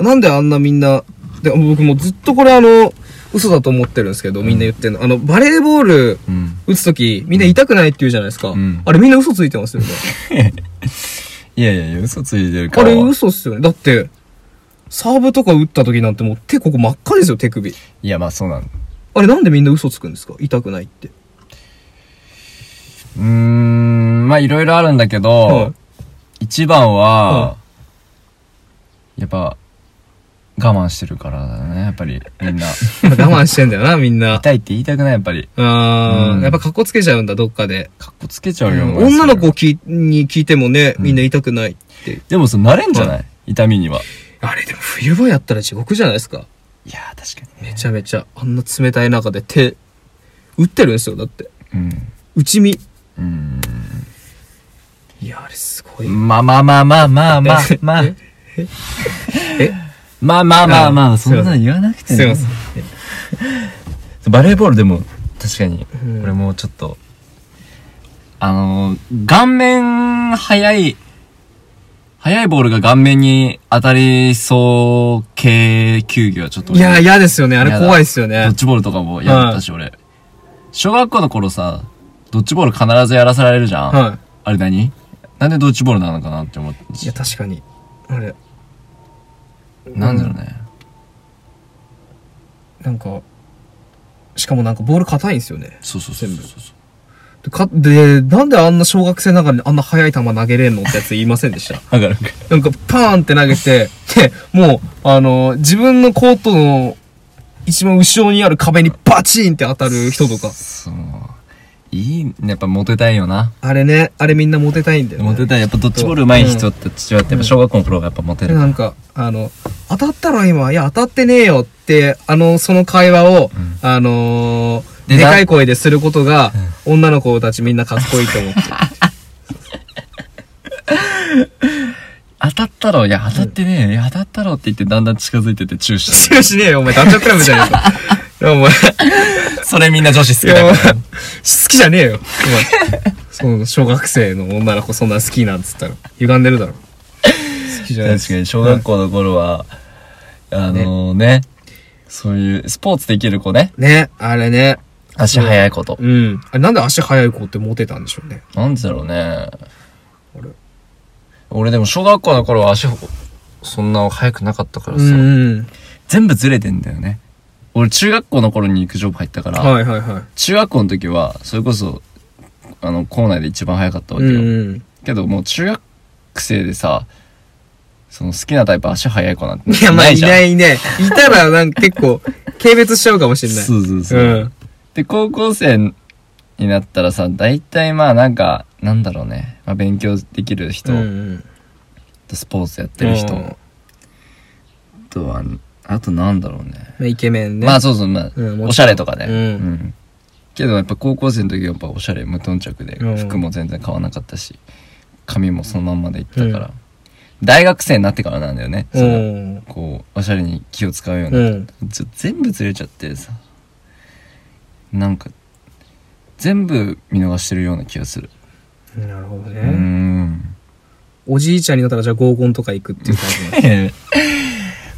Speaker 2: なんであんなみんな、で僕もうずっとこれあの、嘘だと思ってるんですけど、みんな言ってんの。あの、バレーボール
Speaker 1: うん
Speaker 2: 打つとき、みんな痛くないって言うじゃないですか。
Speaker 1: うん
Speaker 2: あれみんな嘘ついて (laughs) ますよね。
Speaker 1: いやいやいや嘘ついてるか
Speaker 2: あ
Speaker 1: ら
Speaker 2: れ嘘っすよね。だって、サーブとか打った時なんてもう手ここ真っ赤ですよ、手首。
Speaker 1: いやまあそうなんだ
Speaker 2: あれなんでみんな嘘つくんですか痛くないって。
Speaker 1: うーんまあいろいろあるんだけど、
Speaker 2: はい
Speaker 1: 一番は
Speaker 2: は、
Speaker 1: やっぱ、我慢してるからだね、やっぱり、みんな。
Speaker 2: 我慢してんだよな、みんな。
Speaker 1: 痛いって言いたくない、やっぱり。
Speaker 2: あ
Speaker 1: うん
Speaker 2: ーやっぱ格好つけちゃうんだ、どっかで。
Speaker 1: かっこつけちゃうよ、お前
Speaker 2: 女の
Speaker 1: そ
Speaker 2: 子
Speaker 1: れ
Speaker 2: きに聞いてもね、みんな痛くないって。
Speaker 1: でもさ、慣れんじゃない、痛みには。
Speaker 2: あれでも冬場やったら地獄じゃないですか。
Speaker 1: いやー、確かにね。
Speaker 2: めちゃめちゃ、あんな冷たい中で手、打ってるんですよ、だって。内身。
Speaker 1: うん。
Speaker 2: いや、あれすご
Speaker 1: う
Speaker 2: い。
Speaker 1: ん。まあまあまあまあまあまあまあ。
Speaker 2: え
Speaker 1: まあまあまあまあ、そんな
Speaker 2: すいま
Speaker 1: の言わなくて
Speaker 2: すいません。
Speaker 1: バレーボールでも、確かに、
Speaker 2: うん
Speaker 1: 俺もうちょっと、あのー、顔面、速い、速いボールが顔面に当たりそう系球技はちょっと
Speaker 2: い
Speaker 1: 俺
Speaker 2: や、嫌ですよね。あれ
Speaker 1: 嫌だ
Speaker 2: 怖いですよ
Speaker 1: ド
Speaker 2: ね
Speaker 1: ッ。ジボールとかもやったし、俺。小学校の頃さ、ドッジボール必ずやらせられるじゃん。
Speaker 2: は
Speaker 1: あれ何なんでドッジボールなのかなって思って
Speaker 2: い。いや、確かに。あれ、
Speaker 1: なんだろうね。
Speaker 2: なんか、しかもなんかボール硬いんですよね。
Speaker 1: そうそうそうそうそう。
Speaker 2: で、か、で、なんであんな小学生ながらにあんな速い球投げれんのってやつ言いませんでした。
Speaker 1: わかる
Speaker 2: なんかパーンって投げて、で、もう、あの、自分のコートの一番後ろにある壁にバチンって当たる人とか。
Speaker 1: そう。いいね、やっぱモテたいよな。
Speaker 2: あれね、あれみんなモテたいんだよね。
Speaker 1: モテたい。やっぱドッジボール上手い人って父親ってやっぱ小学校の頃がやっぱモテ
Speaker 2: で
Speaker 1: る。
Speaker 2: なんか、あの、当たったろ今、いや当たってねえよって、あの、その会話を、あのー
Speaker 1: で
Speaker 2: でかい声ですることが、女の子たちみんなかっこいいと思ってる。
Speaker 1: 当
Speaker 2: (laughs)
Speaker 1: たったろいや、当たってねえよ。いや、当たったろって言ってだんだん近づいてってチューし
Speaker 2: 知らしねえよ、お前、ダンジョンクラブじゃねえか。い
Speaker 1: (laughs)
Speaker 2: やお前、
Speaker 1: た。 (laughs) それみんな女子好き
Speaker 2: いや、お
Speaker 1: だ
Speaker 2: 前
Speaker 1: か
Speaker 2: 好きじゃねえよ。お前 (laughs) その小学生の女の子そんな好きなんつったら、歪んでるだろ。好きじゃない
Speaker 1: (laughs) ら。確かに小学校の頃は、あのね、そういうスポーツできる子ね。
Speaker 2: ね、あれね。
Speaker 1: 足速いこと。
Speaker 2: うん。あれなんで足速い子ってモテたんでしょうね。
Speaker 1: なんでだろうね
Speaker 2: あれ。
Speaker 1: 俺でも小学校の頃は足、そんな速くなかったからさ。
Speaker 2: うん。
Speaker 1: 全部ずれてんだよね。俺中学校の頃に陸上部入ったから、
Speaker 2: はいはいは
Speaker 1: 中学校の時は、それこそ、あの、校内で一番早かったわ
Speaker 2: い。
Speaker 1: けよ。
Speaker 2: うん。
Speaker 1: けど、もう中学生でさ、その好きなタイプ足速い子なんて
Speaker 2: いや、まあ、
Speaker 1: ない
Speaker 2: い
Speaker 1: じゃん。
Speaker 2: ないね。いたら、なんか結構、軽蔑しちゃうかもしれない。
Speaker 1: そうそうそう。
Speaker 2: うん。
Speaker 1: で、高校生になったらさ、大体まあなんか、なんだろうね。まあ勉強できる人、
Speaker 2: うん。
Speaker 1: とスポーツやってる人、
Speaker 2: うん
Speaker 1: とは、あとなんだろうね。
Speaker 2: まあイケメンね。
Speaker 1: まあそうそう、まあ、
Speaker 2: うんもちろん
Speaker 1: おしゃれとかね。
Speaker 2: うん
Speaker 1: けどやっぱ高校生の時はやっぱおしゃれ無頓着で、
Speaker 2: うん
Speaker 1: 服も全然買わなかったし、髪もそのまんまでいったから、大学生になってからなんだよね。
Speaker 2: う
Speaker 1: その
Speaker 2: ん。
Speaker 1: こう、おしゃれに気を使うよう
Speaker 2: う
Speaker 1: になっ
Speaker 2: ん。
Speaker 1: たちょ全部ずれちゃってさ、なんか、全部見逃してるような気がする。
Speaker 2: なるほど
Speaker 1: う
Speaker 2: ね。
Speaker 1: ーん。 (laughs)
Speaker 2: おじいちゃんになったら、じゃあ合コンとか行くっていう感じなの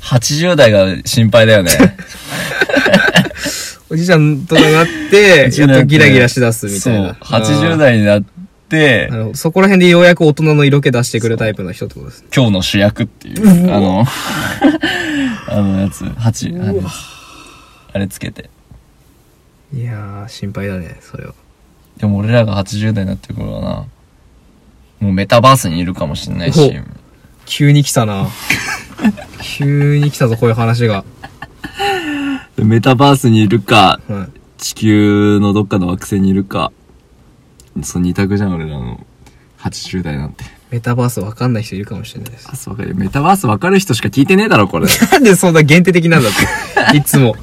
Speaker 1: 80代が心配だよね。
Speaker 2: (laughs) (laughs) おじいちゃんとかになって、やっとギラギラしだすみたいな。
Speaker 1: そう。80
Speaker 2: 代。
Speaker 1: 代になっって、
Speaker 2: なるほど。そこら辺でようやく大人の色気出してくるタイプの人ってことですね。
Speaker 1: 今日の主役っていうう、
Speaker 2: わ
Speaker 1: あの、 (laughs) あのやつ、鉢、あ
Speaker 2: う
Speaker 1: の
Speaker 2: わ
Speaker 1: あれつけて。
Speaker 2: いやー、心配だね、それは。
Speaker 1: でも俺らが80代になってくるはな、もうメタバースにいるかもしれないし、
Speaker 2: 急に来た (laughs) な急に来たぞ、こういう話が。
Speaker 1: メタバースにいるか、
Speaker 2: はい。
Speaker 1: 地球のどっかの惑星にいるか、その二択じゃん、俺らの80代なんて。
Speaker 2: メタバースわかんない人いるかもしれないです。
Speaker 1: あ、そうかる。メタバースわかる人しか聞いてねえだろ、これ。
Speaker 2: なんでそんな限定的なんだって。 (laughs) いつも。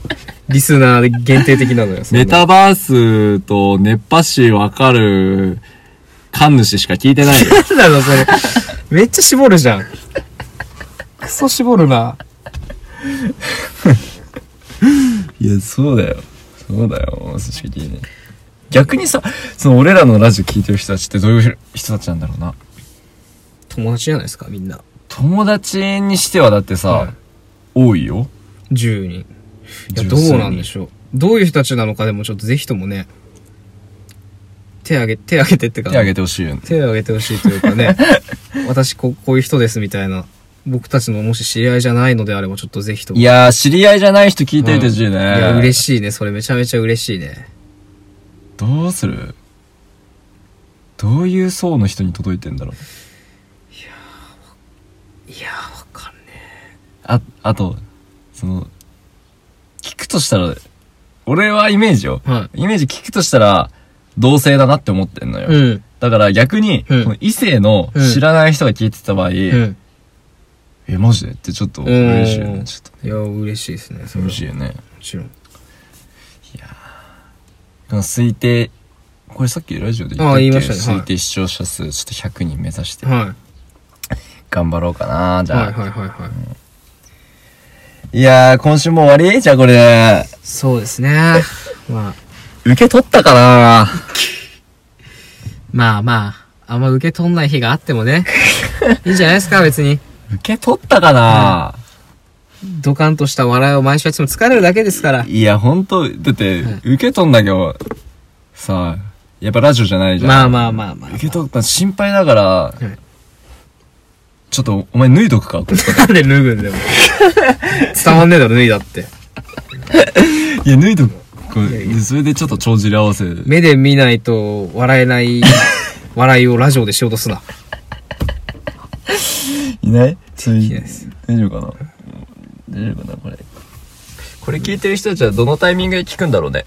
Speaker 2: リスナーで限定的なのよ。そんな
Speaker 1: メタバースと熱波師わかる、神主しか聞いてないよ。
Speaker 2: なんだろう、それ。めっちゃ絞るじゃん。クソ絞るな。
Speaker 1: いや、そうだよ。そうだよ。そしか聞いてない。逆にさ、その俺らのラジオ聞いてる人たちってどういう人たちなんだろうな。
Speaker 2: 友達じゃないですか、みんな。
Speaker 1: 友達にしてはだってさ、
Speaker 2: はい
Speaker 1: 多いよ。
Speaker 2: 10人。いや、
Speaker 1: 10
Speaker 2: どうなん
Speaker 1: 数人
Speaker 2: でしょう。どういう人たちなのかでもちょっとぜひともね、手挙げ、手挙げてってか、
Speaker 1: 手挙げてほしいよね。
Speaker 2: 手を挙げてほしいという
Speaker 1: (laughs)
Speaker 2: かね、私ここういう人ですみたいな、僕たちのもし知り合いじゃないのであればちょっとぜひとも。
Speaker 1: いやー、知り合いじゃない人聞いてみてほしいね。
Speaker 2: いや、嬉
Speaker 1: しい。
Speaker 2: しいね。それめちゃめちゃ嬉しいね。
Speaker 1: どうするどういう層の人に届いてんだろう。
Speaker 2: いやー、わかんね
Speaker 1: あ、あと、その、聞くとしたら、俺はイメージよ。
Speaker 2: え。は
Speaker 1: イメージ聞くとしたら、同性だなって思ってんのよ。
Speaker 2: い。うん。
Speaker 1: だから逆に、
Speaker 2: うん
Speaker 1: この異性の知らない人が聞いてた場合、
Speaker 2: うん。
Speaker 1: え、マジでってちょっと嬉しいよ
Speaker 2: うん
Speaker 1: ね。ちょっ
Speaker 2: いや、嬉しいですね。そ
Speaker 1: と
Speaker 2: れは
Speaker 1: 嬉
Speaker 2: も
Speaker 1: しいよね。
Speaker 2: ちろん。
Speaker 1: この推定、これさっきラジオで言
Speaker 2: あ
Speaker 1: った
Speaker 2: あ
Speaker 1: っけ
Speaker 2: 言いましたねはい
Speaker 1: 推定視聴者数ちょっと100人目指して
Speaker 2: は
Speaker 1: 頑張ろうかな。
Speaker 2: い。
Speaker 1: じゃあ、
Speaker 2: はいはいはいはい。
Speaker 1: い、やー、今週も終わりじゃあこれ、
Speaker 2: そうで
Speaker 1: (laughs)
Speaker 2: すね。まあ、
Speaker 1: 受け取ったか
Speaker 2: (laughs)
Speaker 1: な
Speaker 2: まあまあ、あんま受け取んない日があっても
Speaker 1: (laughs)
Speaker 2: ね。いいんじゃないですか、別に。
Speaker 1: 受け取ったかな、
Speaker 2: ドカンとした笑いを毎週やっても疲れるだけですから。
Speaker 1: いや、ほんと、だって、
Speaker 2: はい
Speaker 1: 受け取んなきゃ、さ、やっぱラジオじゃないじゃん。
Speaker 2: まあまあまあまあ。
Speaker 1: 受け取った心配だから、ちょっと、お前脱いどくかこれ
Speaker 2: なんで脱ぐ (laughs) んだよ。伝わんねえだろ、脱いだって。
Speaker 1: いや、脱いどく。こ
Speaker 2: いやい
Speaker 1: れそれでちょっと帳尻合わせ。
Speaker 2: 目で見ないと笑えない、笑いをラジオでしようとすな。
Speaker 1: いないそれ
Speaker 2: いないです
Speaker 1: 大丈夫かな大丈夫かなこれ。これ聞いてる人たちはどのタイミングで聞くんだろうね。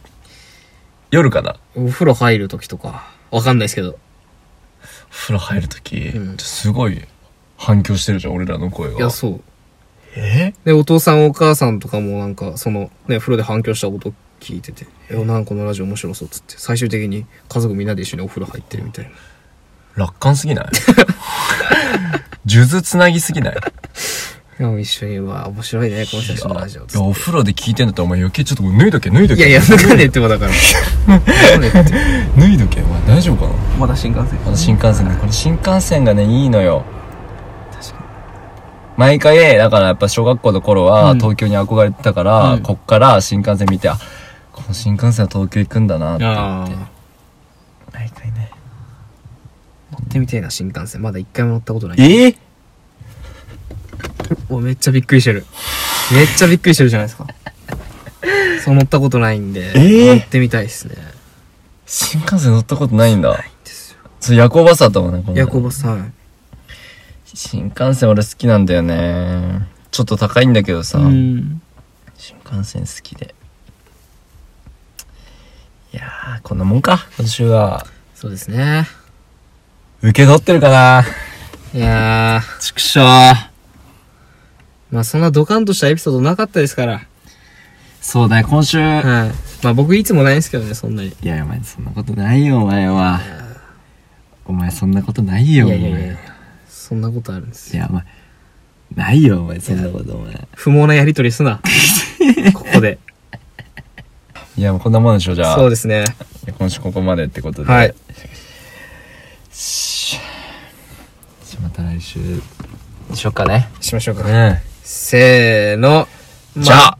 Speaker 1: 夜かな
Speaker 2: お風呂入る時とか。わかんないですけど。
Speaker 1: 風呂入るとき、
Speaker 2: うん
Speaker 1: すごい反響してるじゃん、俺らの声
Speaker 2: いや、
Speaker 1: が。
Speaker 2: そう。
Speaker 1: え
Speaker 2: で、お父さんお母さんとかもなんか、その、ね、風呂で反響した音聞いてて、え、なんかこのラジオ面白そうっつって、最終的に家族みんなで一緒にお風呂入ってるみたいな。
Speaker 1: 楽観すぎ (laughs) ない数珠つなぎすぎない
Speaker 2: いや、一緒に、うわ、面白いね、この人たちのラジオっつっ
Speaker 1: いや、お風呂で聞いてんだったらお前余計ちょっと脱いどけ、脱いど
Speaker 2: て。い
Speaker 1: け。
Speaker 2: やいや、なんでってばだから。なんでって。
Speaker 1: 脱いどけ、お前大丈夫かな
Speaker 2: まだ新幹線。
Speaker 1: あの新幹線ね、これ新幹線がね、いいのよ。
Speaker 2: 確か
Speaker 1: 毎回、だからやっぱ小学校の頃は
Speaker 2: うん
Speaker 1: 東京に憧れてたから、
Speaker 2: うん
Speaker 1: こっから新幹線見て、あ、この新幹線は東京行くんだなって
Speaker 2: に。
Speaker 1: 言
Speaker 2: あ
Speaker 1: って。
Speaker 2: あ。
Speaker 1: 毎回ね。
Speaker 2: 乗ってみたいな、新幹線。まだ一回も乗ったことない。
Speaker 1: えー
Speaker 2: おめっちゃびっくりしてるめっちゃびっくりしてるじゃない
Speaker 1: (laughs)
Speaker 2: ですかそう乗ったことないんで、
Speaker 1: えー
Speaker 2: 乗ってみたいですね
Speaker 1: 新幹線乗ったことないんだ。
Speaker 2: ですよ
Speaker 1: そう、夜行バスだったもんね、この
Speaker 2: ヤコバさん
Speaker 1: 新幹線俺好きなんだよね。ちょっと高いんだけどさ、
Speaker 2: ん
Speaker 1: 新幹線好きで。いやー、こんなもんか、今週は。
Speaker 2: そうですね
Speaker 1: 受け取ってるかない
Speaker 2: や
Speaker 1: ちくしょう。
Speaker 2: ーまあそんなドカンとしたエピソードなかったですから
Speaker 1: そうだよ、今週。
Speaker 2: はいまあ僕いつもないんですけどねそんなにい
Speaker 1: いや、お前、そんなことないよ、お前は。お前、そんなことない
Speaker 2: や
Speaker 1: よ、
Speaker 2: い
Speaker 1: お
Speaker 2: や
Speaker 1: 前。
Speaker 2: いやいやそんなことあるんです
Speaker 1: い
Speaker 2: よ
Speaker 1: やお前、ないよ、お前、そんなこと、お前。
Speaker 2: 不毛なやりとりすなここで
Speaker 1: いや、もうこんなもんでしょ、 (laughs) じゃあ。
Speaker 2: そうですね
Speaker 1: 今週ここまでってことで。
Speaker 2: はい。
Speaker 1: しじゃあまた来週、しよっかね。
Speaker 2: しましょう
Speaker 1: う
Speaker 2: か
Speaker 1: ん。
Speaker 2: せーの
Speaker 1: じゃあ